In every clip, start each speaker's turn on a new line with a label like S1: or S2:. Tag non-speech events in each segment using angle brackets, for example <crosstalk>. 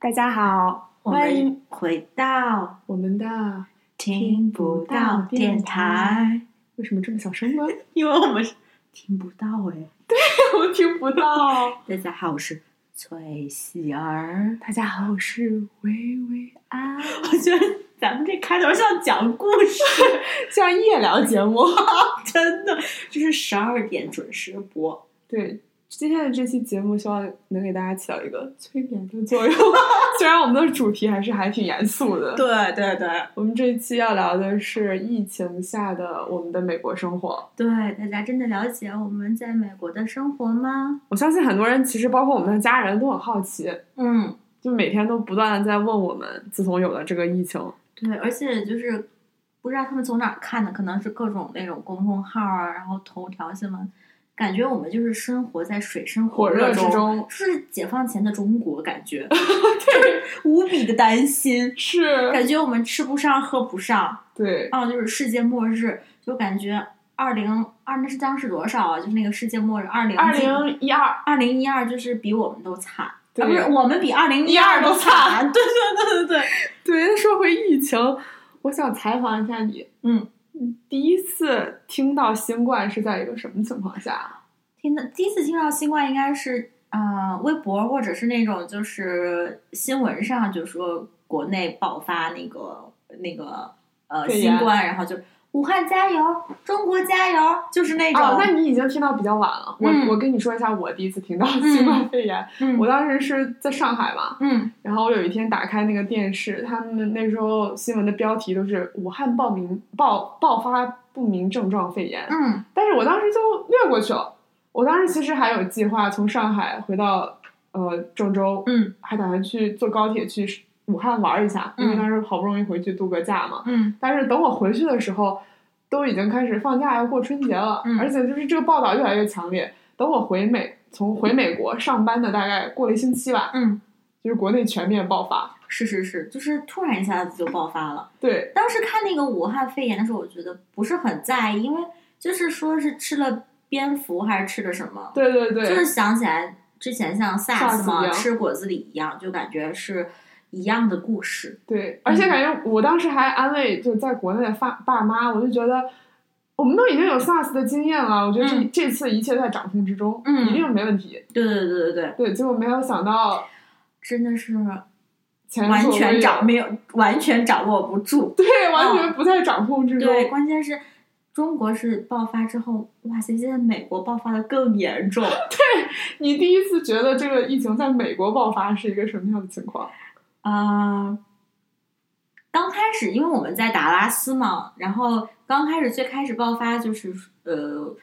S1: 大家好，
S2: 我
S1: 欢
S2: 们
S1: 迎
S2: 回到
S1: 我们的
S2: 听不到电台，
S1: 为什么这么小声呢？
S2: 因为我们是听不到哎。
S1: <laughs> 我听不到。
S2: 大家好，我是崔喜儿。
S1: 大家好，我是啊薇薇安，
S2: 我觉得咱们这开头像讲故事，
S1: <laughs> 像夜聊节目。
S2: 真的就是十二点准时播。
S1: <laughs> 对，今天的这期节目希望能给大家起到一个催眠的作用。 <laughs> 虽然我们的主题还是还挺严肃的，
S2: 对对对
S1: 我们这一期要聊的是疫情下的我们的美国生活。
S2: 对，大家真的了解我们在美国的生活吗？
S1: 我相信很多人，其实包括我们的家人都很好奇，
S2: 嗯，
S1: 就每天都不断的在问我们，自从有了这个疫情，
S2: 对，而且就是。不知道他们从哪儿看的，可能是各种那种公众号啊，然后头条新闻，感觉我们就是生活在水深
S1: 火热
S2: 热
S1: 之
S2: 中，
S1: 中
S2: 是解放前的中国，感
S1: <laughs>
S2: 觉就是无比的担心，
S1: 是
S2: 感觉我们吃不上喝不上，
S1: 对
S2: 啊，就是世界末日，就感觉二零二那是当时多少啊？就是那个世界末日二零
S1: 二零一二
S2: 二零一二，就是比我们都惨，啊，
S1: 对
S2: 不是我们比二零
S1: 12
S2: 都
S1: 都惨，
S2: 对对对对对，
S1: 对。那说回疫情，我想采访一下你，
S2: 嗯，
S1: 你第一次听到新冠是在一个什么情况下？
S2: 听到第一次听到新冠应该是啊、呃微博或者是那种就是新闻上就说国内爆发那个那个呃
S1: 肺
S2: 新
S1: 炎
S2: 冠，然后就武汉加油，中国加油，就是那种。
S1: 哦，那你已经听到比较晚了。我、
S2: 嗯
S1: 我跟你说一下，我第一次听到新冠肺炎，
S2: 嗯
S1: 我当时是在上海嘛，
S2: 嗯
S1: 然后我有一天打开那个电视，他们那时候新闻的标题都是武汉报名爆爆发不明症状肺炎，
S2: 嗯
S1: 但是我当时就略过去了。我当时其实还有计划从上海回到呃郑州，
S2: 嗯
S1: 还打算去坐高铁去武汉玩一下，因为
S2: 嗯
S1: 当时好不容易回去度个假嘛。
S2: 嗯
S1: 但是等我回去的时候，都已经开始放假要过春节了，
S2: 嗯
S1: 而且就是这个报道越来越强烈。等我回美，从回美国上班的大概过了一星期吧，
S2: 嗯，
S1: 就是国内全面爆发。
S2: 是是是，就是突然一下子就爆发了。
S1: 对，
S2: 当时看那个武汉肺炎的时候，我觉得不是很在意，因为就是说是吃了蝙蝠还是吃了什么，
S1: 对对对，
S2: 就是想起来之前像 SARS
S1: SARS 一
S2: 嘛，
S1: 样
S2: 吃果子狸一样，就感觉是一样的故事。
S1: 对，而
S2: 嗯
S1: 且感觉我当时还安慰，就是在国内的爸爸妈，我就觉得我们都已经有 SARS 的经验了，我觉得这、
S2: 嗯
S1: 这次一切在掌控之中，
S2: 嗯
S1: 一定没问题。
S2: 对对对对对，
S1: 对，结果没有想到
S2: 真的是
S1: 前
S2: 完
S1: 所未
S2: 全
S1: 有
S2: 掌没有完全掌握不住。
S1: 对，完全不在掌控之中。
S2: 嗯对，关键是中国是爆发之后，哇塞，现在美国爆发的更严重。
S1: 你第一次觉得这个疫情在美国爆发是一个什么样的情况？
S2: 啊、刚开始因为我们在达拉斯嘛，然后刚开始最开始爆发就是呃，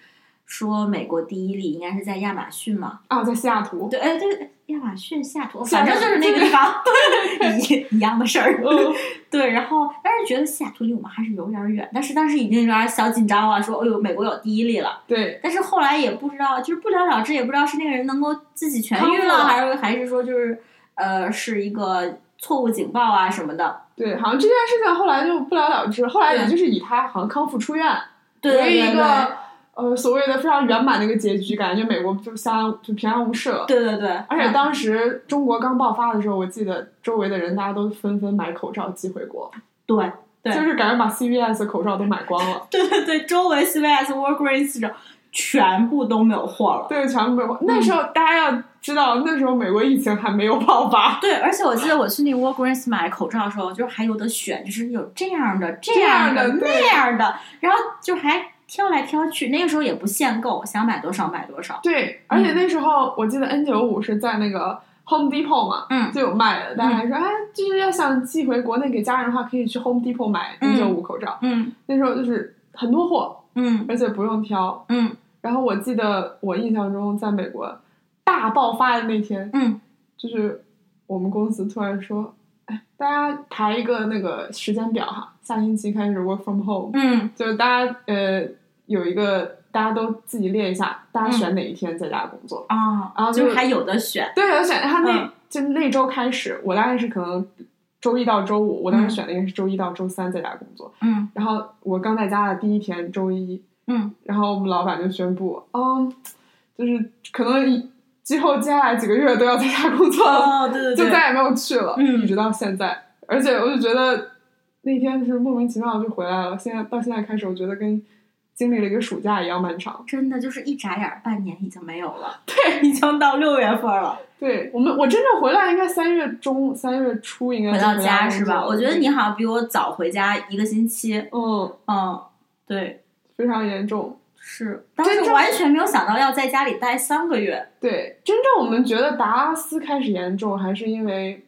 S2: 说美国第一例应该是在亚马逊嘛，
S1: 啊，在西雅图。
S2: 对，哎对，亚马逊下图，
S1: 西雅
S2: 反
S1: 图
S2: 正就是那个地方，对，一一样的事儿，
S1: 嗯，
S2: 对。然后但是觉得西雅图离我们还是有点远，但是当时已经有点小紧张了，说哎呦美国有第一例了，
S1: 对，
S2: 但是后来也不知道，就是不了了之，也不知道是那个人能够自己痊愈
S1: 康复
S2: 了，
S1: 了
S2: 还是还是说就是呃是一个错误警报啊什么的。
S1: 对，好像这件事情后来就不了了之，后来也就是以他好像康复出院
S2: 对对
S1: 为
S2: 对
S1: 一个呃所谓的非常圆满的一个结局，感觉美国就相安就平安无事了。
S2: 对对对，
S1: 而且当时中国刚爆发的时候，我记得周围的人大家都纷纷买口罩寄回国，
S2: 对对
S1: 就是感觉把 CVS 的口罩都买光了，
S2: 对对对，周围 CVS、Walgreens 这全部都没有货了。
S1: 对，全部美国。
S2: 嗯
S1: 那时候大家要知道，那时候美国疫情还没有爆发，
S2: 对，而且我记得我去那 Walgreens 买口罩的时候，就是还有的选，就是有这样的、这样
S1: 这样的对
S2: 那样的，然后就还挑来挑去。那个时候也不限购，想买多少买多少。
S1: 对，而
S2: 嗯
S1: 且那时候我记得 N 九五是在那个 Home Depot 嘛。
S2: 嗯，
S1: 就有卖的，大家还说，哎，就是要想寄回国内给家人的话，可以去 Home Depot 买 N 九五口罩。
S2: 嗯
S1: 那时候就是很多货，
S2: 嗯
S1: 而且不用挑。
S2: 嗯
S1: 然后我记得我印象中，在美国大爆发的那天，
S2: 嗯
S1: 就是我们公司突然说，哎，大家排一个那个时间表哈，下星期开始 work from home，、
S2: 嗯
S1: 就是大家呃有一个大家都自己列一下，大家选哪一天在家工作。
S2: 啊，
S1: 然后
S2: 就
S1: 就是
S2: 还有的选。
S1: 对，我选他那、
S2: 嗯
S1: 就那周开始，我大概是可能周一到周五，我当
S2: 嗯
S1: 时选的应该是周一到周三在家工作。
S2: 嗯
S1: 然后我刚在家的第一天，周一，
S2: 嗯
S1: 哦然后我们老板就宣布，嗯，就是可能之后接下来几个月都要在家工作了，
S2: 哦，对对
S1: 就
S2: 对，
S1: 再也没有去了，
S2: 嗯
S1: 一直到现在。而且我就觉得那天就是莫名其妙就回来了，现在到现在开始，我觉得跟经历了一个暑假一样漫长。
S2: 真的就是一眨眼儿，半年已经没有了，对，已经到六月份了。
S1: 对我们，我真正回来应该三月中、三月初应该
S2: 回
S1: 就
S2: 到
S1: 来
S2: 家
S1: 工
S2: 是
S1: 作
S2: 吧？
S1: 了
S2: 我觉得你好像比我早回家一个星期。
S1: 嗯
S2: 嗯，对，
S1: 非常严重。
S2: 是，当时
S1: 真正
S2: 完全没有想到要在家里待三个月。
S1: 对，真正我们觉得达拉斯开始严重，还是因为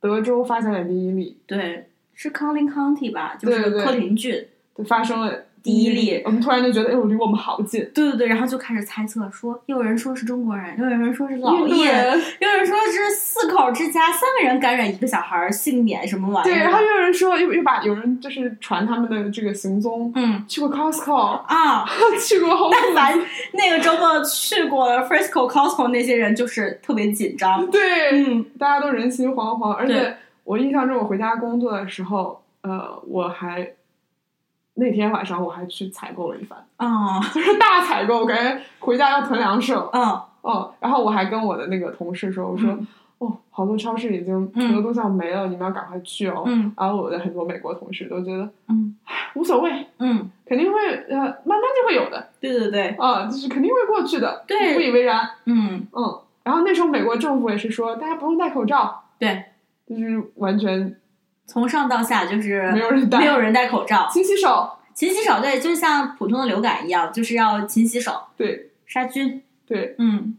S1: 德州发现了第一例，
S2: 对，是 Collin County 吧？就
S1: 对
S2: 是
S1: 对
S2: 科林郡。
S1: 就发生了
S2: 第一例
S1: 我们突然就觉得，哎呦，离我们好近。
S2: 对对对，然后就开始猜测说，又有人说是中国人，又有人说是老
S1: 印度
S2: 印，
S1: 人
S2: 又有人说是四口之家三个人感染一个小孩儿幸免什么玩意
S1: 对，
S2: 儿的。
S1: 然后又有人说，又又把有人就是传他们的这个行踪，
S2: 嗯
S1: 去过 Costco， <laughs>
S2: 啊，
S1: 去过 Whole
S2: 但
S1: Foods，
S2: 凡那个周末去过 Frisco Costco 那些人，就是特别紧张。
S1: 对，
S2: 嗯，
S1: 大家都人心惶惶。而
S2: 对
S1: 且我印象中，我回家工作的时候，呃，我还那天晚上我还去采购了一番，
S2: 哦，
S1: 就是大采购，我感觉回家要囤粮食了。
S2: 嗯，
S1: 哦，然后我还跟我的那个同事说，我说，
S2: 嗯
S1: 哦，好多超市已经
S2: 嗯
S1: 很多东西要没了，你们要赶快去哦。
S2: 嗯，
S1: 然后我的很多美国同事都觉得
S2: 嗯，
S1: 无所谓，
S2: 嗯，
S1: 肯定会呃，慢慢就会有的
S2: 对对对，
S1: 啊、就是肯定会过去的，
S2: 对
S1: 不以为然，
S2: 嗯，
S1: 嗯。然后那时候美国政府也是说，大家不用戴口罩，
S2: 对，
S1: 就是完全
S2: 从上到下就是
S1: 没有人戴，
S2: 没有人戴口罩，
S1: 勤洗手，
S2: 勤洗手，对，就像普通的流感一样，就是要勤洗手，
S1: 对
S2: 杀菌。
S1: 对。
S2: 嗯，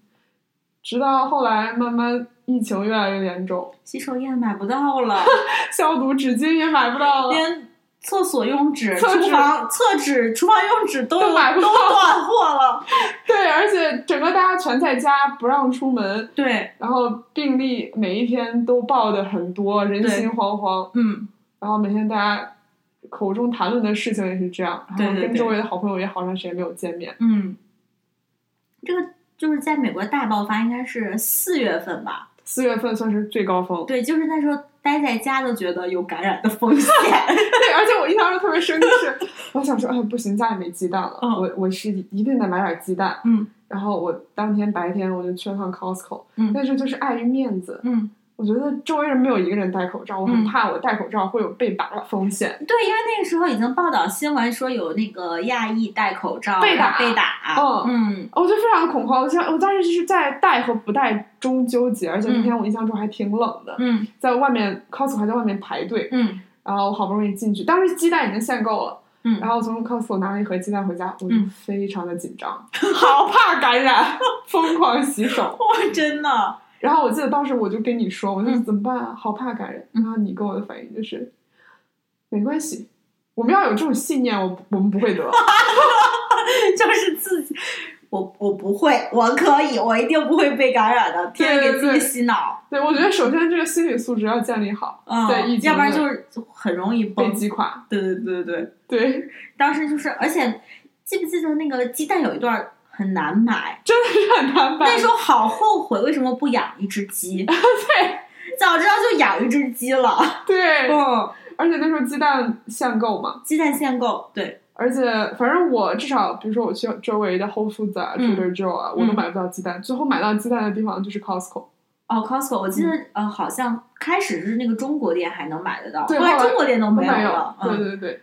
S1: 直到后来慢慢疫情越来越严重，
S2: 洗手液买不到了，
S1: 消毒纸巾也买不到了，
S2: 连厕所用纸、
S1: 厕纸
S2: 厨房厕纸、厨房用纸都
S1: 都买不
S2: 都
S1: 到
S2: 断货了。
S1: 对，而且整个大家全在家，不让出门，
S2: 对，
S1: 然后病例每一天都报的很多，人
S2: 对
S1: 心惶惶。
S2: 嗯，
S1: 然后每天大家口中谈论的事情也是这样，
S2: 对
S1: 然后
S2: 对
S1: 跟
S2: 对
S1: 周围的好朋友也好长时间没有见面。
S2: 嗯，这个就是在美国大爆发，应该是四月份吧？
S1: 四月份算是最高峰， <laughs>
S2: 对，就是那时候待在家都觉得有感染的
S1: <laughs>
S2: 风险。
S1: 对，而且我印象中特别深的是，我想说，哎，不行，家里没鸡蛋了，
S2: 嗯
S1: 我我是一定得买点鸡蛋。
S2: 嗯
S1: 然后我当天白天我就去了趟 Costco，、
S2: 嗯
S1: 但是就是碍于面子，
S2: 嗯，
S1: 我觉得周围人没有一个人戴口罩，我
S2: 嗯
S1: 很怕我戴口罩会有被打的风险。
S2: 对，因为那个时候已经报道新闻说有那个亚裔戴口罩啊
S1: 被打
S2: 被打。
S1: 嗯
S2: 嗯
S1: 我就非常恐慌，我想我当时是在戴和不戴中纠结，而且那天我印象中还挺冷的，
S2: 嗯
S1: 在外面 Costco 还在外面排队，
S2: 嗯
S1: 然后我好不容易进去，当时鸡蛋已经限购了，
S2: 嗯，
S1: 然后从 Costco 拿了一盒鸡蛋回家，我就
S2: 嗯
S1: 非常的紧
S2: <laughs>
S1: 张，好怕感染，疯狂洗手。
S2: 哇， <laughs> 真的，
S1: 然后我记得当时我就跟你说，我说
S2: 嗯
S1: 怎么办啊，好怕感染。然
S2: 嗯
S1: 后你跟我的反应就是，没关系，我们要有这种信念，我我们不会得。 <laughs>
S2: 就是自己。我我不会，我可以，我一定不会被感染的。天天给
S1: 对对
S2: 自己
S1: 对
S2: 洗脑，
S1: 对，我觉得首先这个心理素质要建立好，在疫
S2: 嗯，
S1: 情
S2: 要不然
S1: 的
S2: 就是很容易崩
S1: 被。击垮。
S2: 对对对对对。
S1: 对。
S2: 当时就是，而且记不记得那个鸡蛋有一段儿很难买，
S1: 真的 <laughs> 是很难办
S2: 那。时候好后悔为什么不养一只鸡，
S1: <laughs> 对
S2: 早知道就养一只鸡了。
S1: 对，
S2: 嗯，
S1: 而且那时候鸡蛋限购嘛，
S2: 鸡蛋限购，对，
S1: 而且反正我至少，比如说我去周围的 Whole Foods 啊、
S2: 嗯
S1: Trader Joe 啊，我都买不到鸡蛋。最后买到鸡蛋的地方就是 Costco。
S2: 哦，Costco，我记得、
S1: 嗯
S2: 呃，好像开始是那个中国店还能买得到，
S1: 对
S2: 后来
S1: 后来
S2: 中国店都没
S1: 有
S2: 了。
S1: 对
S2: 嗯，
S1: 对对，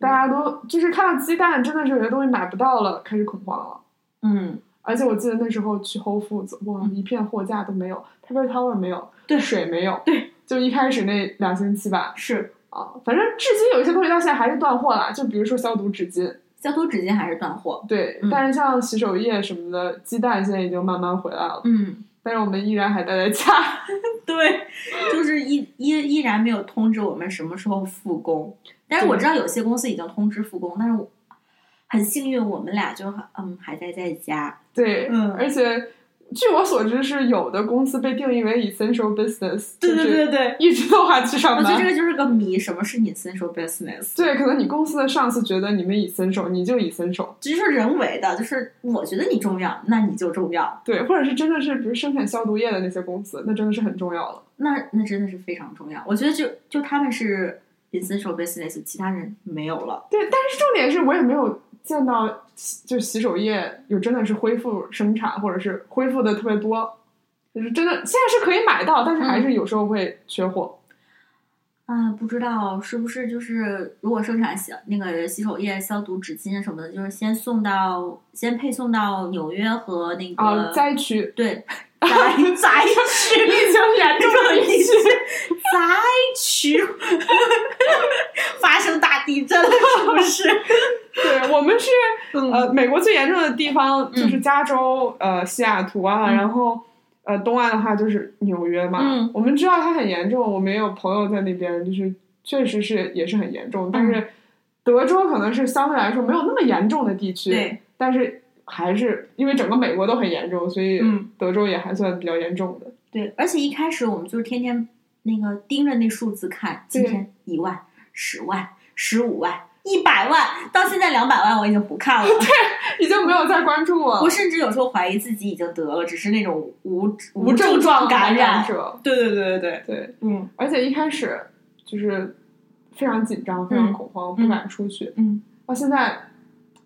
S1: 大家都就是看到鸡蛋，真的是有些东西买不到了，开始恐慌了。
S2: 嗯，
S1: 而且我记得那时候去 Whole Foods，哇，
S2: 嗯
S1: 一片货架都没有，paper towel 没有，
S2: 对
S1: 水没有，
S2: 对，
S1: 就一开始那两星期吧，
S2: 是
S1: 啊，反正至今有一些东西到现在还是断货啦，就比如说消毒纸巾，
S2: 消毒纸巾还是断货？
S1: 对，
S2: 嗯
S1: 但是像洗手液什么的，鸡蛋现在已经慢慢回来了，
S2: 嗯，
S1: 但是我们依然还待在家。
S2: <laughs> 对，就是依依依然没有通知我们什么时候复工，但是我
S1: 对
S2: 知道有些公司已经通知复工，但是我很幸运，我们俩就很嗯还在在家，
S1: 对，
S2: 嗯
S1: 而且据我所知是有的公司被定义为 essential business，就是
S2: 对，
S1: 一直都还去
S2: 我
S1: 上
S2: 觉得这
S1: 班。
S2: 个就是个谜，什么是你 essential business？，
S1: 对，可能你公司的上司觉得你们 essential，你就 essential，
S2: 这就是人为的，就是我觉得你重要，那你就重要，
S1: 对，或者是真的是比如生产消毒液的那些公司，那真的是很重要了。
S2: 那那真的是非常重要。我觉得就就他们是 essential business，其他人没有了。
S1: 对，但是重点是我也没有见到洗就是洗手液有真的是恢复生产，或者是恢复的特别多，就是真的现在是可以买到，但是还是有时候会缺货。
S2: 啊，不知道是不是就是如果生产洗那个洗手液、消毒纸巾什么的，就是先送到先配送到纽约和那个、
S1: 啊，灾区 <laughs>
S2: 对灾灾区
S1: 疫情严重的疫区，
S2: 灾区 <laughs> 发生大地震了，是不是？ <laughs>
S1: <laughs> 对我们是
S2: 嗯
S1: 呃美国最严重的地方就是
S2: 嗯
S1: 加州、呃西雅图啊，
S2: 嗯
S1: 然后呃东岸的话就是纽约嘛。
S2: 嗯
S1: 我们知道它很严重，我们也有朋友在那边，就是确实是也是很严重，但
S2: 嗯
S1: 是德州可能是相对来说没有那么严重的地区。
S2: 对，
S1: 但是还是因为整个美国都很严重，所以
S2: 嗯
S1: 德州也还算比较严重的。
S2: 对，而且一开始我们就是天天那个盯着那数字看，今
S1: 对
S2: 天一万、十万、十五万、一百万，到现在两百万我已经不看了。
S1: 已经没有再关注我
S2: 我甚至有时候怀疑自己已经得了，只是那种嗯无
S1: 无症
S2: 症状
S1: 感
S2: 感染。
S1: 者。
S2: 对对对对对，
S1: 对，
S2: 嗯
S1: 而且一开始就是非常紧张、非常恐慌，不敢出去。
S2: 嗯，
S1: 到现在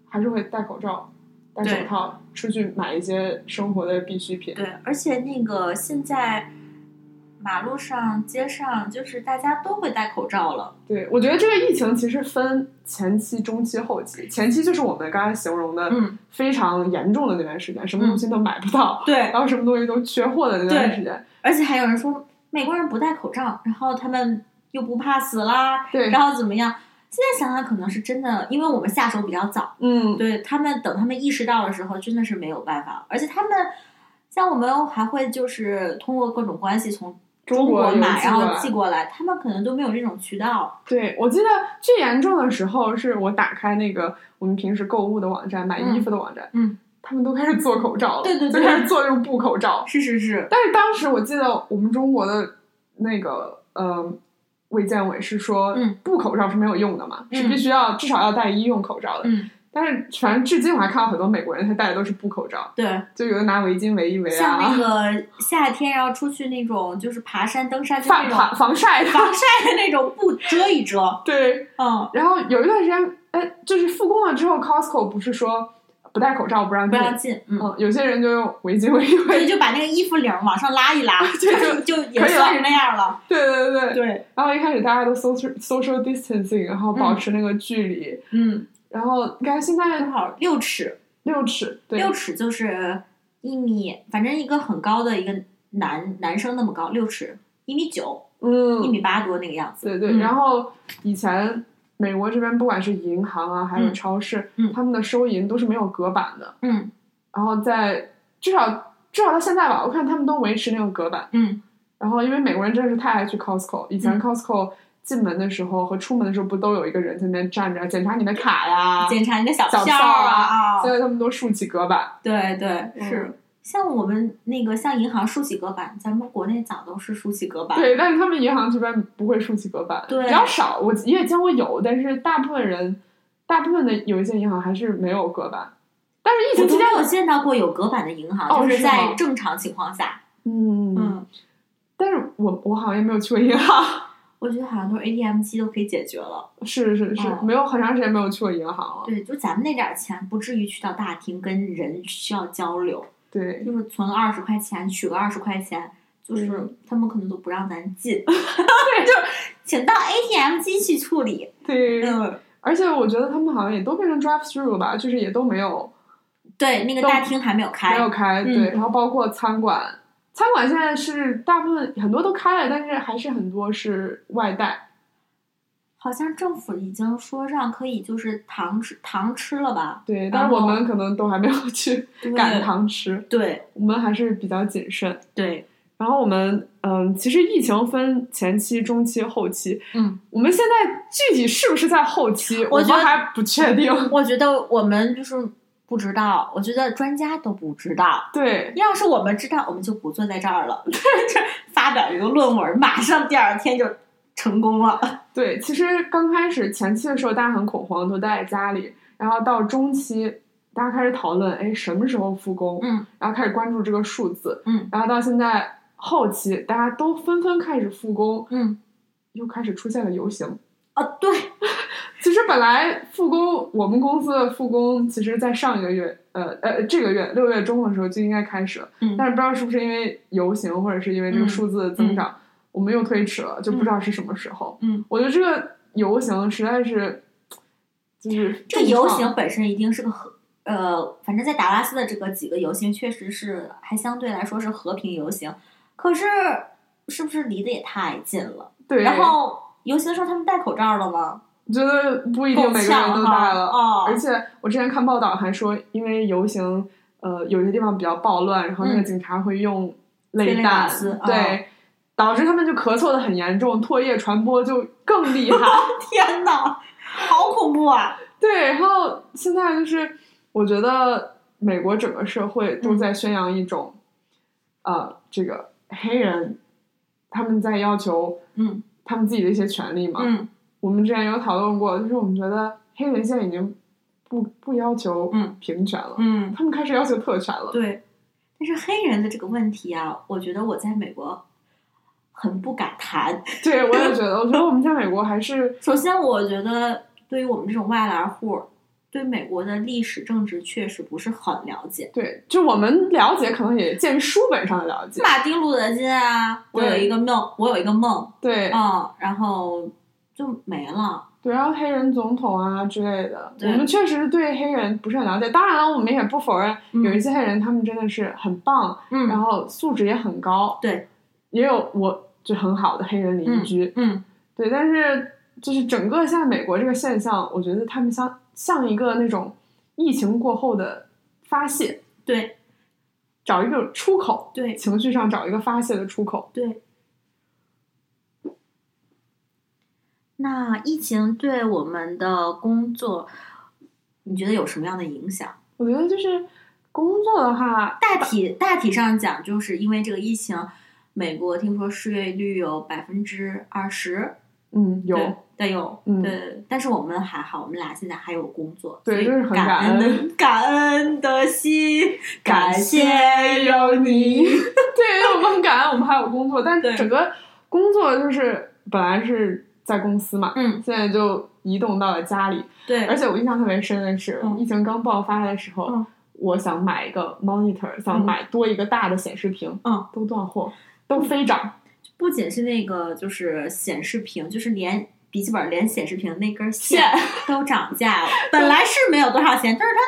S1: 还是会戴口罩、戴
S2: 对
S1: 手套，出去买一些生活的必需品。
S2: 对，而且那个现在马路上、街上，就是大家都会戴口罩了。
S1: 对，我觉得这个疫情其实分前期、中期、后期。前期就是我们刚才形容的
S2: 嗯，
S1: 非常严重的那段时间，什么东西都买不到，
S2: 对
S1: 然，后什么东西都缺货的那段时间。
S2: 而且还有人说美国人不戴口罩，然后他们又不怕死啦，
S1: 对，
S2: 然后怎么样？现在想想可能是真的，因为我们下手比较早。
S1: 嗯，
S2: 对他们，等他们意识到的时候，真的是没有办法。而且他们，像我们还会就是通过各种关系从
S1: 中
S2: 中
S1: 国邮
S2: 买，
S1: 寄
S2: 然
S1: 过
S2: 后
S1: 来
S2: 寄过来，他们可能都没有这种渠道。
S1: 对，我记得最严重的时候是我打开那个我们平时购物的网站、买衣服的网站，
S2: 嗯，
S1: 他们都开始做口罩了，
S2: 对对
S1: 就
S2: 对
S1: 开始做这种布口罩。
S2: 是是是，
S1: 但是当时我记得我们中国的那个呃卫健委是说
S2: 嗯，
S1: 布口罩是没有用的嘛，
S2: 嗯
S1: 是必须要至少要戴医用口罩的。
S2: 嗯，
S1: 但是反正至今我还看到很多美国人他戴的都是布口罩，
S2: 对，
S1: 就有的拿围巾围一围
S2: 像那
S1: 啊，
S2: 个夏天然后出去那种就是爬山、登山，就
S1: 防
S2: 那种
S1: 防防晒的，
S2: 防晒的那种布遮一遮。
S1: 对。
S2: 嗯，
S1: 然后有一段时间，哎，就是复工了之后，Costco 不是说不戴口罩不让
S2: 不
S1: 进，
S2: 让进，嗯。
S1: 嗯，有些人就用围巾围一
S2: 所以 <laughs>
S1: 围，
S2: 就把那个衣服领儿往上拉
S1: <laughs>
S2: 一拉，
S1: 就
S2: 就就
S1: 可以
S2: 也
S1: 了
S2: 算是那样了。
S1: 对对对。 <laughs>
S2: 对，
S1: 然后一开始大家都 social social distancing，然后保持那个距离，
S2: 嗯，
S1: 然后你看现在
S2: 正好六尺，
S1: 六尺，对，
S2: 六尺就是一米，反正一个很高的一个男男生那么高，六尺一米九，一
S1: 嗯，
S2: 米八多那个样子。
S1: 对对。
S2: 嗯
S1: 然后以前美国这边不管是银行啊，还有
S2: 嗯
S1: 超市，
S2: 嗯
S1: 他们的收银都是没有隔板的，
S2: 嗯
S1: 然后在至少至少到现在吧，我看他们都维持那个隔板。
S2: 嗯
S1: 然后因为美国人真的是太爱去 Costco，以前
S2: 嗯
S1: Costco 进门的时候和出门的时候不都有一个人在那边站着检查你的卡呀，
S2: 啊检查你的小
S1: 小票
S2: 票啊，
S1: 现在他们都竖起隔板。
S2: 对对
S1: 嗯
S2: 是。像我们那个像银行竖起隔板，咱们国内早都是竖起隔板。
S1: 对，但是他们银行这边不会竖起隔板，
S2: 对
S1: 比较少。我也见过有，但是大部分人，大部分的有一些银行还是没有隔板。但是疫
S2: 我
S1: 情期
S2: 都
S1: 间
S2: 没，有见到过有隔板的银行，
S1: 哦
S2: 就是是
S1: 吗
S2: 在正常情况下，
S1: 嗯，
S2: 嗯，
S1: 但是我我好像也没有去过银行， <laughs>
S2: 我觉得好像都是 ATM 机都可以解决了。
S1: 是是是，
S2: 哦
S1: 没有很长时间没有去过银行了。
S2: 对，就咱们那点儿钱，不至于去到大厅跟人需要交流。
S1: 对，
S2: 就是存二十块钱，取个二十块钱，就是他们可能都不让咱进， <laughs> 就请到 ATM 机去处理。
S1: 对，
S2: 嗯，
S1: 而且我觉得他们好像也都变成 drive through 吧，就是也都没有
S2: <laughs> 对，那个大厅还没有
S1: 没有
S2: 开。
S1: 开，
S2: 嗯
S1: 对，然后包括餐馆，餐馆现在是大部分很多都开了，但是还是很多是外带。
S2: 好像政府已经说让可以就是堂吃堂吃了吧？
S1: 对，
S2: 然
S1: 但是我
S2: 后
S1: 们可能都还没有去
S2: 对
S1: 赶堂吃，
S2: 对
S1: 我们还是比较谨慎。
S2: 对，
S1: 然后我们，嗯，其实疫情分前期、中期、后期，
S2: 嗯，
S1: 我们现在具体是不是在后期，我
S2: 我觉
S1: 们
S2: 得
S1: 还不确定。
S2: 嗯我觉得我们就是不知道，我觉得专家都不知道。
S1: 对，
S2: 要是我们知道，我们就不坐在这儿了， <laughs> 这发表一个论文，马上第二天就成功了。
S1: 对，其实刚开始前期的时候，大家很恐慌，都待在家里。然后到中期，大家开始讨论，哎，什么时候复工？
S2: 嗯
S1: 然后开始关注这个数字。
S2: 嗯
S1: 然后到现在后期，大家都纷纷开始复工，
S2: 嗯，
S1: 又开始出现了游行。
S2: 哦，对，
S1: 其实本来复工，我们公司的复工，其实在上一个月，呃呃，这个月六月中的时候就应该开始了，
S2: 嗯
S1: 但是不知道是不是因为游行或者是因为这个数字的增长，我们又推迟了，就不知道是什么时候。
S2: 嗯，
S1: 我觉得这个游行实在是，就是
S2: 这
S1: 重
S2: 游
S1: 创
S2: 行本身一定是个和呃，反正在达拉斯的这个几个游行，确实是还相对来说是和平游行，可是是不是离得也太近了？
S1: 对，
S2: 然后游行的时候他们戴口罩了吗？ <laughs>
S1: 觉得不一定
S2: 够
S1: 每个
S2: 呛
S1: 人都
S2: 哈
S1: 戴了，
S2: 哦
S1: 而且我之前看报道还说，因为游行，呃，有些地方比较暴乱，然后那个
S2: 嗯
S1: 警察会用
S2: 催
S1: 泪
S2: 泪
S1: 弹，
S2: 瓦斯
S1: 对，
S2: 哦
S1: 导致他们就咳嗽的很严重，唾液传播就更厉害。
S2: <laughs> 天哪，好恐怖啊！
S1: 对，然后现在就是我觉得美国整个社会
S2: 嗯
S1: 都在宣扬一种，呃，这个黑人他们在要求
S2: 嗯
S1: 他们自己的一些权利嘛，
S2: 嗯
S1: 我们之前有讨论过，就是我们觉得黑人现在已经不不要求
S2: 嗯
S1: 平权了，
S2: 嗯，
S1: 他们开始要求特权了。 <laughs>
S2: 对。但是黑人的这个问题啊，我觉得我在美国很不敢谈。
S1: 对，我也觉得，我觉得我们在美国还是
S2: 首先，我觉得对于我们这种外来户儿，对美国的历史政治确实不是很了解。
S1: 对，就我们了解可能也见书本上的了解，
S2: 马丁路德金啊，我有
S1: 对
S2: 一个梦，我有一个梦，
S1: 对
S2: 嗯，然后就没了。
S1: 对，然后黑人总统啊之类的，我
S2: 对
S1: 们确实对黑人不是很了解。当然了，我们也不否认
S2: 嗯
S1: 有一些黑人他们真的是很棒，然
S2: 嗯
S1: 后素质也很高，
S2: 对，
S1: 也有我就很好的黑人邻居，
S2: 嗯，
S1: 对，但是就是整个现在美国这个现象，我觉得他们像像一个那种疫情过后的发泄，
S2: 对
S1: 找一个出口，
S2: 对
S1: 情绪上找一个发泄的出口。
S2: 对。那疫情对我们的工作，你觉得有什么样的影响？
S1: 我觉得就是工作的话，
S2: 大体大体上讲，就是因为这个疫情，美国听说失业率有百分之二十，
S1: 嗯，有
S2: 对对有，
S1: 嗯
S2: 对，但是我们还好，我们俩现在还有工作，
S1: 对
S2: 所以
S1: 就是很
S2: 感
S1: 感恩
S2: 恩感恩的心，
S1: 感
S2: 谢有
S1: <laughs>
S2: 你，
S1: 对，我们很感恩，我们还有工作，但
S2: 对
S1: 是整个工作就是本来是在公司嘛，
S2: 嗯，
S1: 现在就移动到了家里，
S2: 对，
S1: 而且我印象特别深的是，
S2: 嗯
S1: 疫情刚爆发的时候，
S2: 嗯
S1: 我想买一个 monitor，想
S2: 嗯
S1: 买多一个大的显示屏，
S2: 嗯，
S1: 都断货，都飞涨。
S2: 不仅是那个就是显示屏，就是连笔记本连显示屏那根线
S1: 线
S2: 都涨价了。本来是没有多少钱，但是它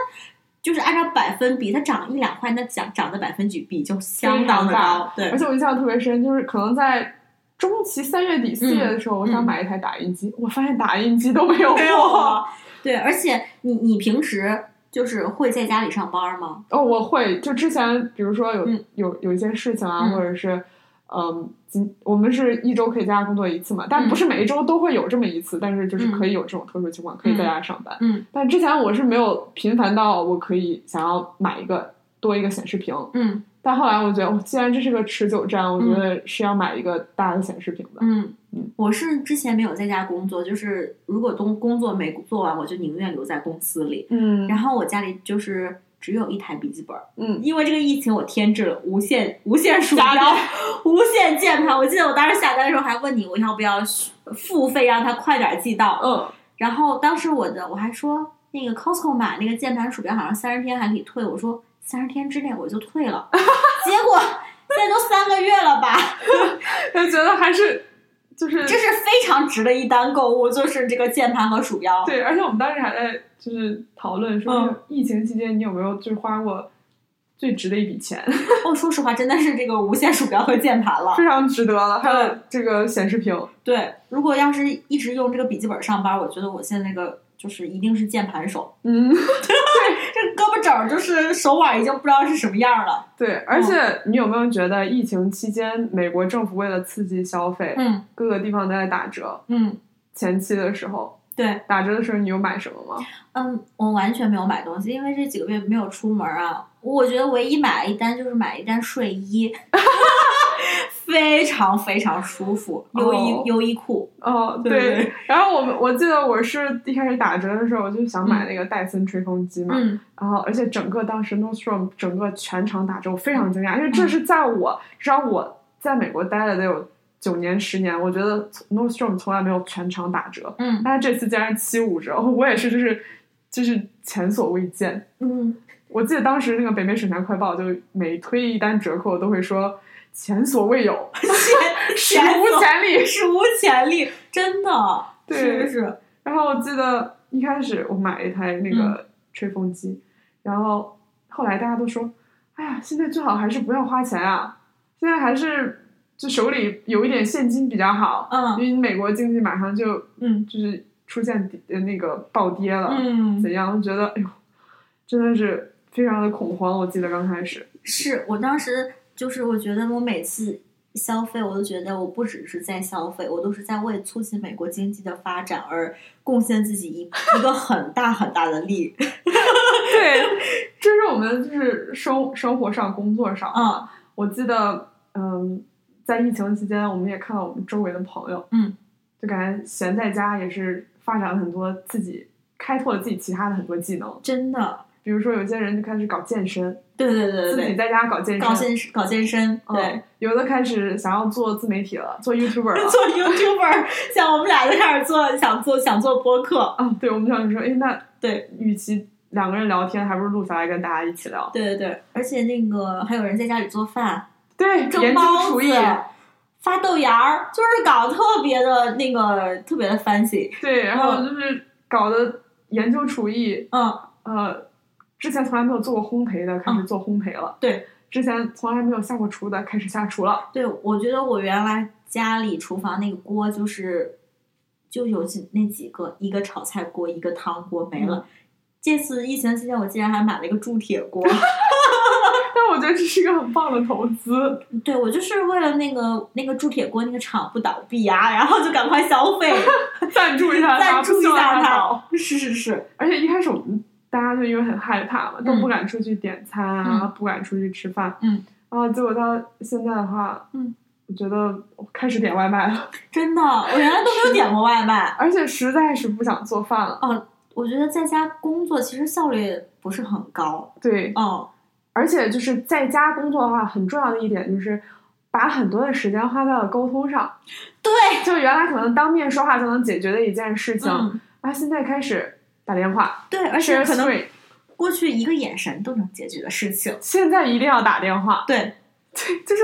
S2: 就是按照百分比，它涨一两块，那涨涨的百分比比就相当的高。对
S1: 而，且我印象特别深，就是可能在中期三月底四月的时候，我想
S2: 嗯
S1: 买一台打印机，我发现打印机都没有货。
S2: 没有啊对，而且你你平时就是会在家里上班吗？
S1: 哦，我会就之前，比如说有、
S2: 嗯
S1: 有有一些事情啊，
S2: 嗯
S1: 或者是嗯，今我们是一周可以在家工作一次嘛，但
S2: 嗯
S1: 不是每一周都会有这么一次，但是就是
S2: 嗯
S1: 可以有这种特殊情况，可以在家上班。
S2: 嗯
S1: 但之前我是没有频繁到我可以想要买一个多一个显示屏，
S2: 嗯
S1: 但后来我觉得，哦，既然这是个持久战，我觉得是要买一个大的显示屏的。
S2: 嗯
S1: 嗯，
S2: 我是之前没有在家工作，就是如果工工作没做完，我就宁愿留在公司
S1: <laughs>
S2: 里。
S1: 嗯
S2: 然后我家里就是只有一台笔记本。
S1: 嗯，
S2: 因为这个疫情，我添置了无限无限鼠标
S1: 加标、
S2: 无限键盘。我记得我当时下单的时候还问你，我要不要付费让它快点寄到？
S1: 嗯，
S2: 然后当时我的我还说，那个 Costco 买那个键盘鼠标好像三十天还可以退，我说三十天之内我就退
S1: <laughs>
S2: 了。结果现在都三个月了吧？
S1: 嗯就觉得还是就是
S2: <laughs> 这是非常值的一单购物，就是这个键盘和鼠标。
S1: 对，而且我们当时还在就是讨论说
S2: 嗯，
S1: 疫情期间你有没有就是花过最值的一笔钱，
S2: 哦，说实话，真的是这个无线鼠标和键盘了。
S1: 非常值得了。还有这个显示屏，
S2: 对，如果要是一直用这个笔记本上班，我觉得我现在那个就是一定是键盘手， <laughs>
S1: 嗯，
S2: 这胳膊肘儿就是手腕已经不知道是什么样了。
S1: 对。而且你有没有觉得疫情期间美国政府为了刺激消费，
S2: 嗯
S1: 各个地方都在打折？
S2: 嗯，
S1: 前期的时候，
S2: 对，
S1: 打折的时候你有买什么吗？
S2: 嗯，我完全没有买东西，因为这几个月没有出门啊。我觉得唯一买了一单就是买了一单睡衣， <laughs> 非常非常舒服，优衣、
S1: 哦
S2: 优衣库。
S1: 哦，
S2: 对对
S1: 然后我们我记得我是一开始打折的时候，我就想买那个戴森吹风机嘛，
S2: 嗯
S1: 然后而且整个当时 Nordstrom 整个全场打折，我非常惊讶，因为这是在我至少我在美国待了得有九年、十年，我觉得 Nordstrom 从来没有全场打折，
S2: 嗯
S1: 但是这次竟然七五折， <laughs> 我也是就是就是前所未见。
S2: <laughs> 嗯，
S1: 我记得当时那个北美水产快报，就每推一单折扣都会说前所未有，史无
S2: <laughs>
S1: 前例。
S2: 史无前例，真的，
S1: 对
S2: 是不是？
S1: 然后我记得一开始我买了一台那
S2: 嗯
S1: 个吹风机，然后后来大家都说，哎呀，现在最好还是不要花钱啊，现在还是就手里有一点现金比较好，因
S2: 嗯
S1: 为美国经济马上就
S2: 嗯
S1: 就是出现底呃那个暴跌了，
S2: 嗯，
S1: 怎样？觉得哎呦，真的是非常的恐慌。我记得刚开始，
S2: 是我当时就是我觉得我每次。消费，我都觉得我不只是在消费，我都是在为促进美国经济的发展而贡献自己一一个很大很大的力。 <laughs>
S1: 对，这是我们就是生生活上、工作上。
S2: 嗯
S1: 我记得，嗯，在疫情期间，我们也看到我们周围的朋友，
S2: 嗯，
S1: 就感觉闲在家也是发展了很多自己，开拓了自己其他的很多技能。
S2: 真的，
S1: 比如说，有些人就开始搞健身，
S2: 对对对
S1: 自己
S2: 对
S1: 在家搞健
S2: 对，
S1: 身，
S2: 搞健搞健身，对 <laughs>
S1: 嗯，，有的开始想要做自媒体了，做 YouTuber 了。
S2: 做 YouTuber，像我们俩就开始做，想做想做播客，
S1: 啊，对，我们想说，哎，那
S2: 对，
S1: 与其两个人聊天，还不如录下来跟大家一起聊。
S2: 对对对，而且那个还有人在家里做饭，
S1: 对，
S2: 蒸
S1: 研究
S2: 包
S1: 厨艺
S2: 子，。发豆芽儿，就是搞得特别的那个特别的 fancy，
S1: 对，然后就是搞的研究厨艺，
S2: 嗯，
S1: 呃，之前从来没有做过烘焙的，开始做烘焙了。
S2: 对，
S1: 之前从来没有下过厨的，开始下厨了。 <laughs>
S2: 对，我觉得我原来家里厨房那个锅就是就有几那几个，一个炒菜锅，一个汤锅没了。这次疫情期间，我竟然还买了一个铸铁锅。 <laughs>
S1: 但我觉得这是一个很棒的投资。
S2: 对我就是为了那个那个铸铁锅那个厂不倒闭啊，然后就赶快消 <laughs> 费，
S1: 赞助一下他，
S2: 赞助一
S1: 不希望
S2: 下
S1: 他
S2: 它
S1: 倒。。
S2: <laughs> 是是是，
S1: 而且一开始我们大家就因为很害怕嘛，都
S2: 嗯
S1: 不敢出去点餐啊，
S2: 嗯
S1: 不敢出去吃饭。
S2: 嗯，
S1: 然后结果到现在的话，
S2: 嗯，
S1: 我觉得我开始点外卖了，
S2: 真的，我原来都没有点过外卖。
S1: 而且实在是不想做饭了。
S2: 我觉得在家工作其实效率不是很高。
S1: 对，
S2: 哦，
S1: 而且就是在家工作的话，很重要的一点就是把很多的时间花在了沟通上。哎
S2: 对，
S1: 就原来可能当面说话就能解决的一件事情，
S2: 嗯，
S1: 啊，现在开始打电话，
S2: 对，而且
S1: share
S2: 可能
S1: screen，
S2: 过去一个眼神都能解决的事情。
S1: 现在一定要打电话，
S2: 对
S1: 对，就是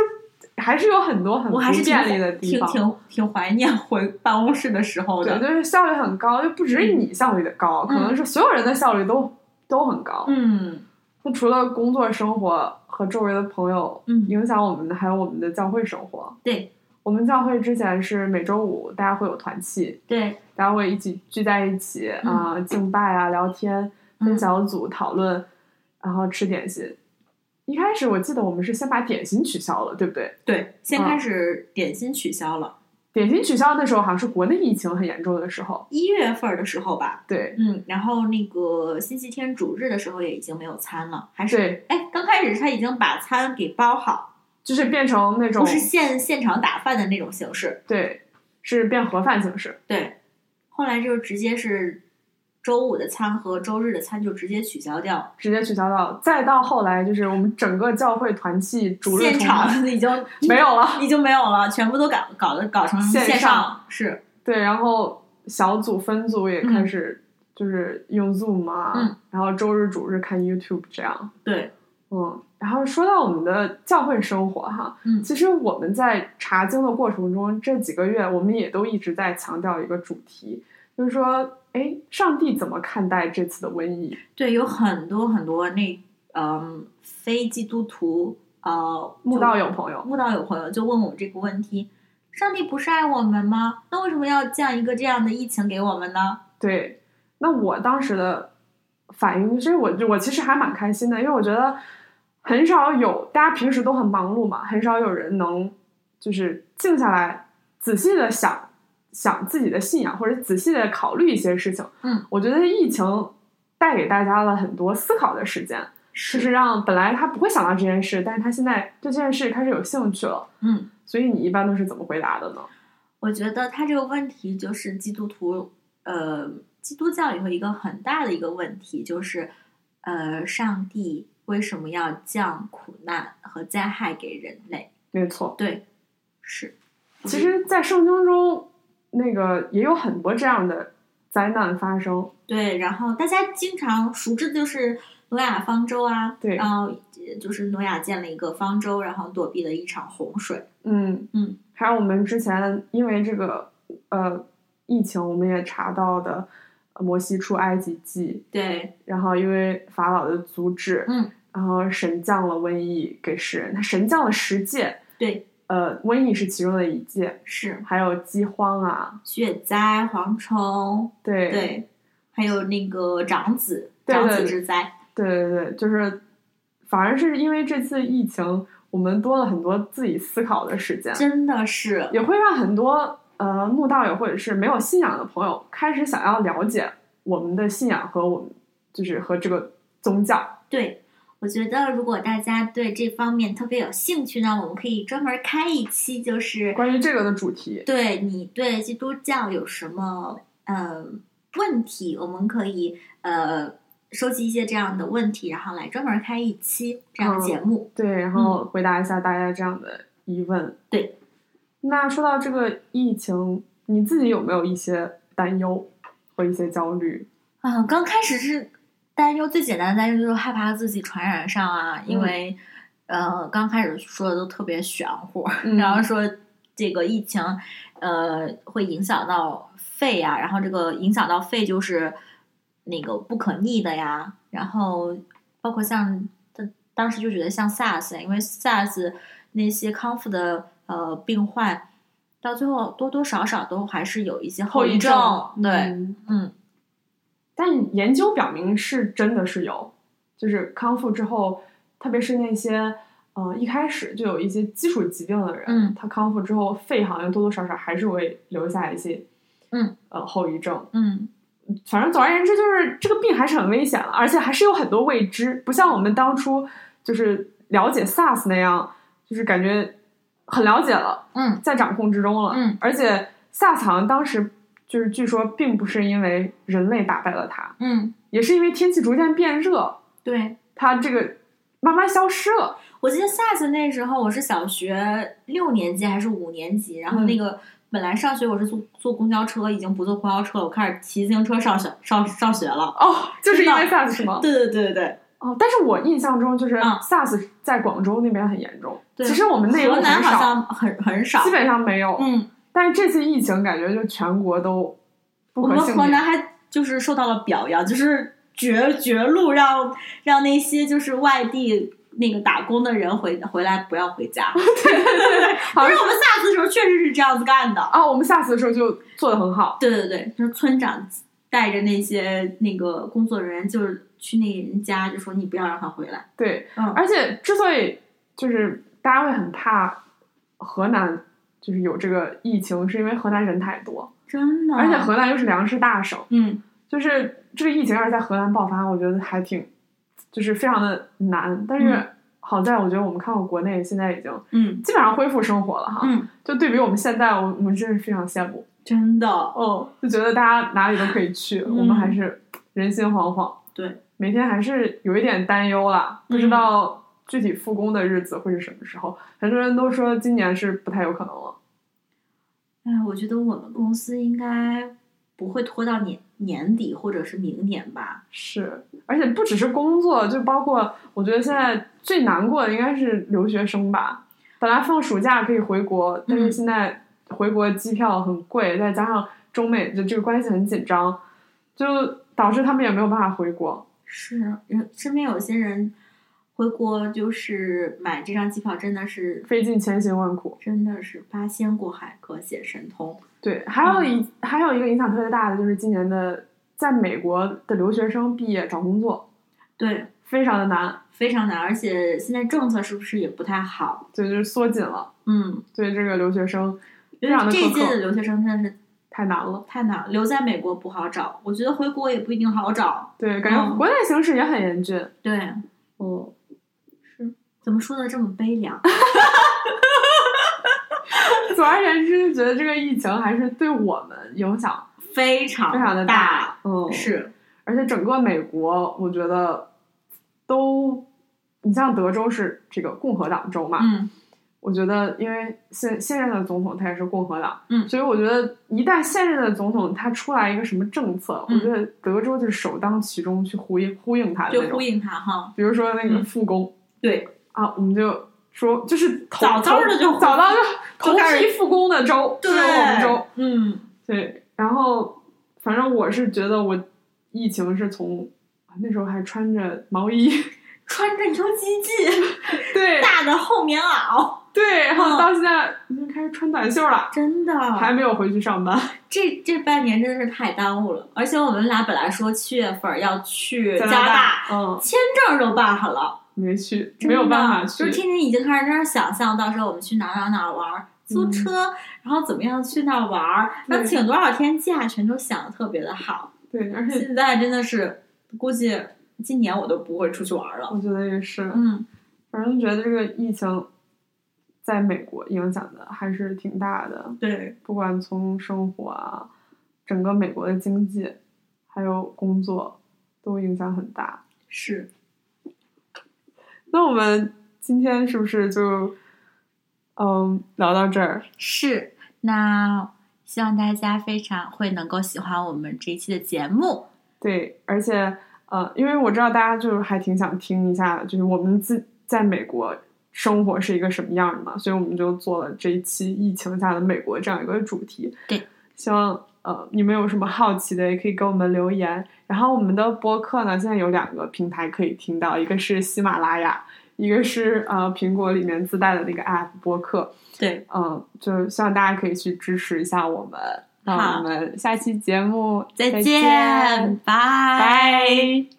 S1: 还是有很多很
S2: 我还是
S1: 不
S2: 挺
S1: 便利的地
S2: 挺
S1: 方。
S2: 挺挺怀念回办公室的时候
S1: 对，
S2: 的。嗯
S1: 就是效率很高，就不只是你效率的高，可能是所有人的效率都都很高。
S2: 嗯
S1: 那、除了工作生活和周围的朋友
S2: 嗯，
S1: 影响我们的，还有我们的教会生活。
S2: 对
S1: 我们教会之前是每周五大家会有团契，
S2: 对，
S1: 大家会一起聚在一起啊、
S2: 嗯
S1: 敬拜啊、聊天、
S2: 嗯
S1: 分小组、讨论，然后吃点心。一开始我记得我们是先把点心取消了，对不对？
S2: 对，先
S1: 嗯
S2: 开始点心取消了，
S1: 点心取消那时候好像是国内疫情很严重的时候，
S2: 一月份儿的时候吧。
S1: 对
S2: 嗯，然后那个星期天主日的时候也已经没有餐了，还是
S1: 对，
S2: 哎，刚开始他已经把餐给包好，
S1: 就是变成那种
S2: 不是现现场打饭的那种形式。
S1: 对，是变盒饭形式。
S2: 对，后来就直接是周五的餐和周日的餐就直接取消掉，
S1: 直接取消掉，再到后来就是我们整个教会团契主日
S2: 现
S1: 崇
S2: 场 <laughs>
S1: 拜
S2: 已经
S1: 没有了，
S2: 已经没有了，全部都搞搞的搞成
S1: 线
S2: 线
S1: 上
S2: 是
S1: 对，然后小组分组也开
S2: 嗯
S1: 始就是用 Zoom 啊，
S2: 嗯
S1: 然后周日主日看 YouTube 这样，
S2: 对，
S1: 嗯。然后说到我们的教会生活哈，
S2: 嗯
S1: 其实我们在查经的过程中，这几个月我们也都一直在强调一个主题，就是说，哎，上帝怎么看待这次的瘟疫？
S2: 对，有很多很多那嗯非基督徒呃
S1: 慕
S2: 就
S1: 道友朋友，
S2: 慕道友朋友就问我这个问题：上帝不是爱我们吗？那为什么要降一个这样的疫情给我们呢？
S1: 对，那我当时的反应就是我，我其实还蛮开心的，因为我觉得很少有大家平时都很忙碌嘛，很少有人能就是静下来仔细的想想自己的信仰，或者仔细的考虑一些事情。
S2: 嗯，，
S1: 我觉得疫情带给大家了很多思考的时间，就是是让本来他不会想到这件事，但是他现在对这件事开始有兴趣了。
S2: 嗯，
S1: 所以你一般都是怎么回答的呢？
S2: 我觉得他这个问题就是基督徒，呃，基督教里头一个很大的一个问题就是，呃，上帝为什么要降苦难和灾害给人类？
S1: 没错，
S2: 对，是，
S1: 其实，在圣经中，那个也有很多这样的灾难发生。
S2: 对，然后大家经常熟知的就是挪亚方舟啊，
S1: 对
S2: 然后呃就是挪亚建了一个方舟，然后躲避了一场洪水。
S1: 嗯
S2: 嗯，
S1: 还有我们之前因为这个呃疫情，我们也查到的呃摩西出埃及记，
S2: 对，
S1: 然后因为法老的阻止，
S2: 嗯，
S1: 然后神降了瘟疫给世人，他神降了十戒，
S2: 对，
S1: 呃，瘟疫是其中的一戒，
S2: 是
S1: 还有饥荒啊，
S2: 血灾、蝗虫，
S1: 对
S2: 对，还有那个长子，
S1: 对
S2: 长
S1: 对
S2: 子
S1: 对
S2: 之灾，
S1: 对对对，就是反而是因为这次疫情，我们多了很多自己思考的时间，
S2: 真的是
S1: 也会让很多呃慕道友或者是没有信仰的朋友开始想要了解我们的信仰和我们就是和这个宗教。
S2: 对，我觉得如果大家对这方面特别有兴趣呢，我们可以专门开一期，就是
S1: 关于这个的主题，
S2: 对你对基督教有什么呃问题，我们可以呃收集一些这样的问题，然后来专门开一期这样的节目。
S1: 对，然后回答一下大家这样的疑问。
S2: 对，
S1: 那说到这个疫情，你自己有没有一些担忧和一些焦虑？
S2: 啊、刚开始是担忧，最简单的担忧就是害怕自己传染上啊，因
S1: 嗯
S2: 为、呃刚开始说的都特别玄乎，
S1: 嗯
S2: <laughs> 然后说这个疫情呃会影响到肺啊，然后这个影响到肺就是那个不可逆的呀，然后包括像当当时就觉得像 SARS，因为 SARS 那些康复的呃病患。到最后多多少少都还是有一些后
S1: 后
S2: 遗
S1: 遗
S2: 症，对，
S1: 嗯
S2: 嗯，
S1: 但研究表明是真的是有，就是康复之后，特别是那些呃一开始就有一些基础疾病的人，
S2: 嗯
S1: 他康复之后肺好像多多少少还是会留下一些
S2: 嗯
S1: 呃后遗症。
S2: 嗯，
S1: 反正总而言之，就是这个病还是很危险的，而且还是有很多未知，不像我们当初就是了解 SARS 那样，就是感觉很了解了，
S2: 嗯，
S1: 在掌控之中了。
S2: 嗯，
S1: 而且 SARS 好像当时就是据说并不是因为人类打败了它。
S2: 嗯，
S1: 也是因为天气逐渐变热，
S2: 对，
S1: 它这个慢慢消失了。
S2: 我记得 SARS 那时候我是小学六年级还是五年级，然后
S1: 嗯
S2: 那个本来上学我是坐坐公交车，已经不坐公交车了，我开始骑自行车上学上上学了。
S1: 哦，就是因为
S2: 真
S1: SARS 是吗？
S2: 对对对对
S1: 哦，但是我印象中就是
S2: 嗯
S1: SARS 在广州那边很严重，
S2: 对，
S1: 其实我们内陆
S2: 河南
S1: 很
S2: 好
S1: 少，
S2: 像很很少，
S1: 基本上没有。
S2: 嗯，
S1: 但是这次疫情感觉就全国都不
S2: 我
S1: 可
S2: 们
S1: 幸
S2: 河
S1: 免。
S2: 南还就是受到了表扬，就是绝绝路让让那些就是外地。那个打工的人回回来不要回家，对对对，
S1: <laughs> 好
S2: 但
S1: 像
S2: 是我们 SARS 的时候确实是这样子干的，
S1: 啊，我们 SARS 的时候就做的很好。
S2: 对对对，就是村长带着那些那个工作人员，就是去那人家，就说你不要让他回来。
S1: 对，
S2: 嗯
S1: 而且之所以就是大家会很怕河南就是有这个疫情，是因为河南人太多，
S2: 真的，
S1: 而且河南又是粮食大省。
S2: 嗯，
S1: 就是这个疫情要是在河南爆发，我觉得还挺，就是非常的难。但是
S2: 嗯
S1: 好在我觉得我们看过国内现在已经
S2: 嗯
S1: 基本上恢复生活了哈，
S2: 嗯，
S1: 就对比我们现在，我我们真是非常羡慕，
S2: 真的，
S1: 哦，就觉得大家哪里都可以去，
S2: 嗯
S1: 我们还是人心惶惶，
S2: 对，
S1: 每天还是有一点担忧啦，不知
S2: 嗯
S1: 道具体复工的日子会是什么时候。很多人都说今年是不太有可能了，
S2: 哎，我觉得我们公司应该不会拖到年年底或者是明年吧。
S1: 是，而且不只是工作，就包括我觉得现在最难过的应该是留学生吧。本来放暑假可以回国，但是
S2: 嗯
S1: 现在回国机票很贵，再加上中美的这个关系很紧张，就导致他们也没有办法回国。
S2: 是，人身边有些人回国就是买这张机票，真的是
S1: 费尽千辛万苦。
S2: 真的是八仙过海，各显神通。
S1: 对，还有一、还有一个影响特别大的就是今年的在美国的留学生毕业找工作
S2: 对，
S1: 非常的难，
S2: 非常难，而且现在政策是不是也不太好？
S1: 对，就是缩紧了，
S2: 嗯，
S1: 对这个留学生非
S2: 因为
S1: 常的
S2: 这一
S1: 苛
S2: 届的
S1: 刻，
S2: 留学生真的是
S1: 太难了。
S2: 太难，留在美国不好找，我觉得回国也不一定好找。
S1: 对，感觉
S2: 嗯
S1: 国内形势也很严峻。
S2: 对，
S1: 嗯，
S2: 怎么说的这么悲凉？ <laughs>
S1: 总而言之，就觉得这个疫情还是对我们影响
S2: 非常
S1: 非常的
S2: 大，
S1: 嗯，
S2: 是，
S1: 而且整个美国，我觉得都，你像德州是这个共和党州嘛，
S2: 嗯
S1: 我觉得，因为现现任的总统他也是共和党，
S2: 嗯
S1: 所以我觉得一旦现任的总统他出来一个什么政策，
S2: 嗯
S1: 我觉得德州就是首当其冲去呼应呼应他的
S2: 就
S1: 那种
S2: 呼，应他哈。
S1: 比如说那个
S2: 嗯
S1: 复工，
S2: 对
S1: 啊，我们就说就是头
S2: 早早的就
S1: 头早
S2: <laughs>
S1: 到就头
S2: 开始
S1: 批复工的州，就是我们州，
S2: 嗯，
S1: 对，然后反正我是觉得我疫情是从啊那时候还穿着毛衣，
S2: 穿着游击记，
S1: 对
S2: 大的厚
S1: <laughs>
S2: 棉袄，
S1: 对，然后
S2: 嗯
S1: 到现在已经开始穿短袖了，
S2: 真的。
S1: 还没有回去上班，
S2: 这这半年真的是太耽误了，而且我们俩本来说七月份要去加
S1: 加
S2: 拿
S1: 大
S2: 大，，
S1: 嗯，
S2: 签证都办好了。
S1: 没去，
S2: 真
S1: 没
S2: 的
S1: 有办法
S2: 就是
S1: 去，
S2: 天天已经开始在那儿想象，到时候我们去哪儿哪儿哪儿玩儿，租车，然后怎么样去那儿玩儿，
S1: 对
S2: 然后请多少天假，全都想的特别的好。
S1: 对，而且
S2: 现在真的是，估计今年我都不会出去玩儿了。
S1: 我觉得也是，
S2: 嗯，
S1: 反正觉得这个疫情在美国影响的还是挺大的，
S2: 对，
S1: 不管从生活啊，整个美国的经济，还有工作，都影响很大。
S2: 是
S1: 那我们今天是不是就嗯聊到这儿？
S2: 是，那希望大家非常会能够喜欢我们这一期的节目。
S1: 对，而且呃，因为我知道大家就是还挺想听一下，就是我们自在美国生活是一个什么样的嘛，所以我们就做了这一期疫情下的美国这样一个主题。
S2: 对，
S1: 希望。呃，你们有什么好奇的，也可以给我们留言。然后我们的播客呢，现在有两个平台可以听到，一个是喜马拉雅，一个是呃苹果里面自带的那个 app 播客。
S2: 对，
S1: 嗯、就是希望大家可以去支持一下我们。那
S2: 好
S1: 我们下期节目
S2: 再
S1: 见
S2: 见，拜。
S1: 拜。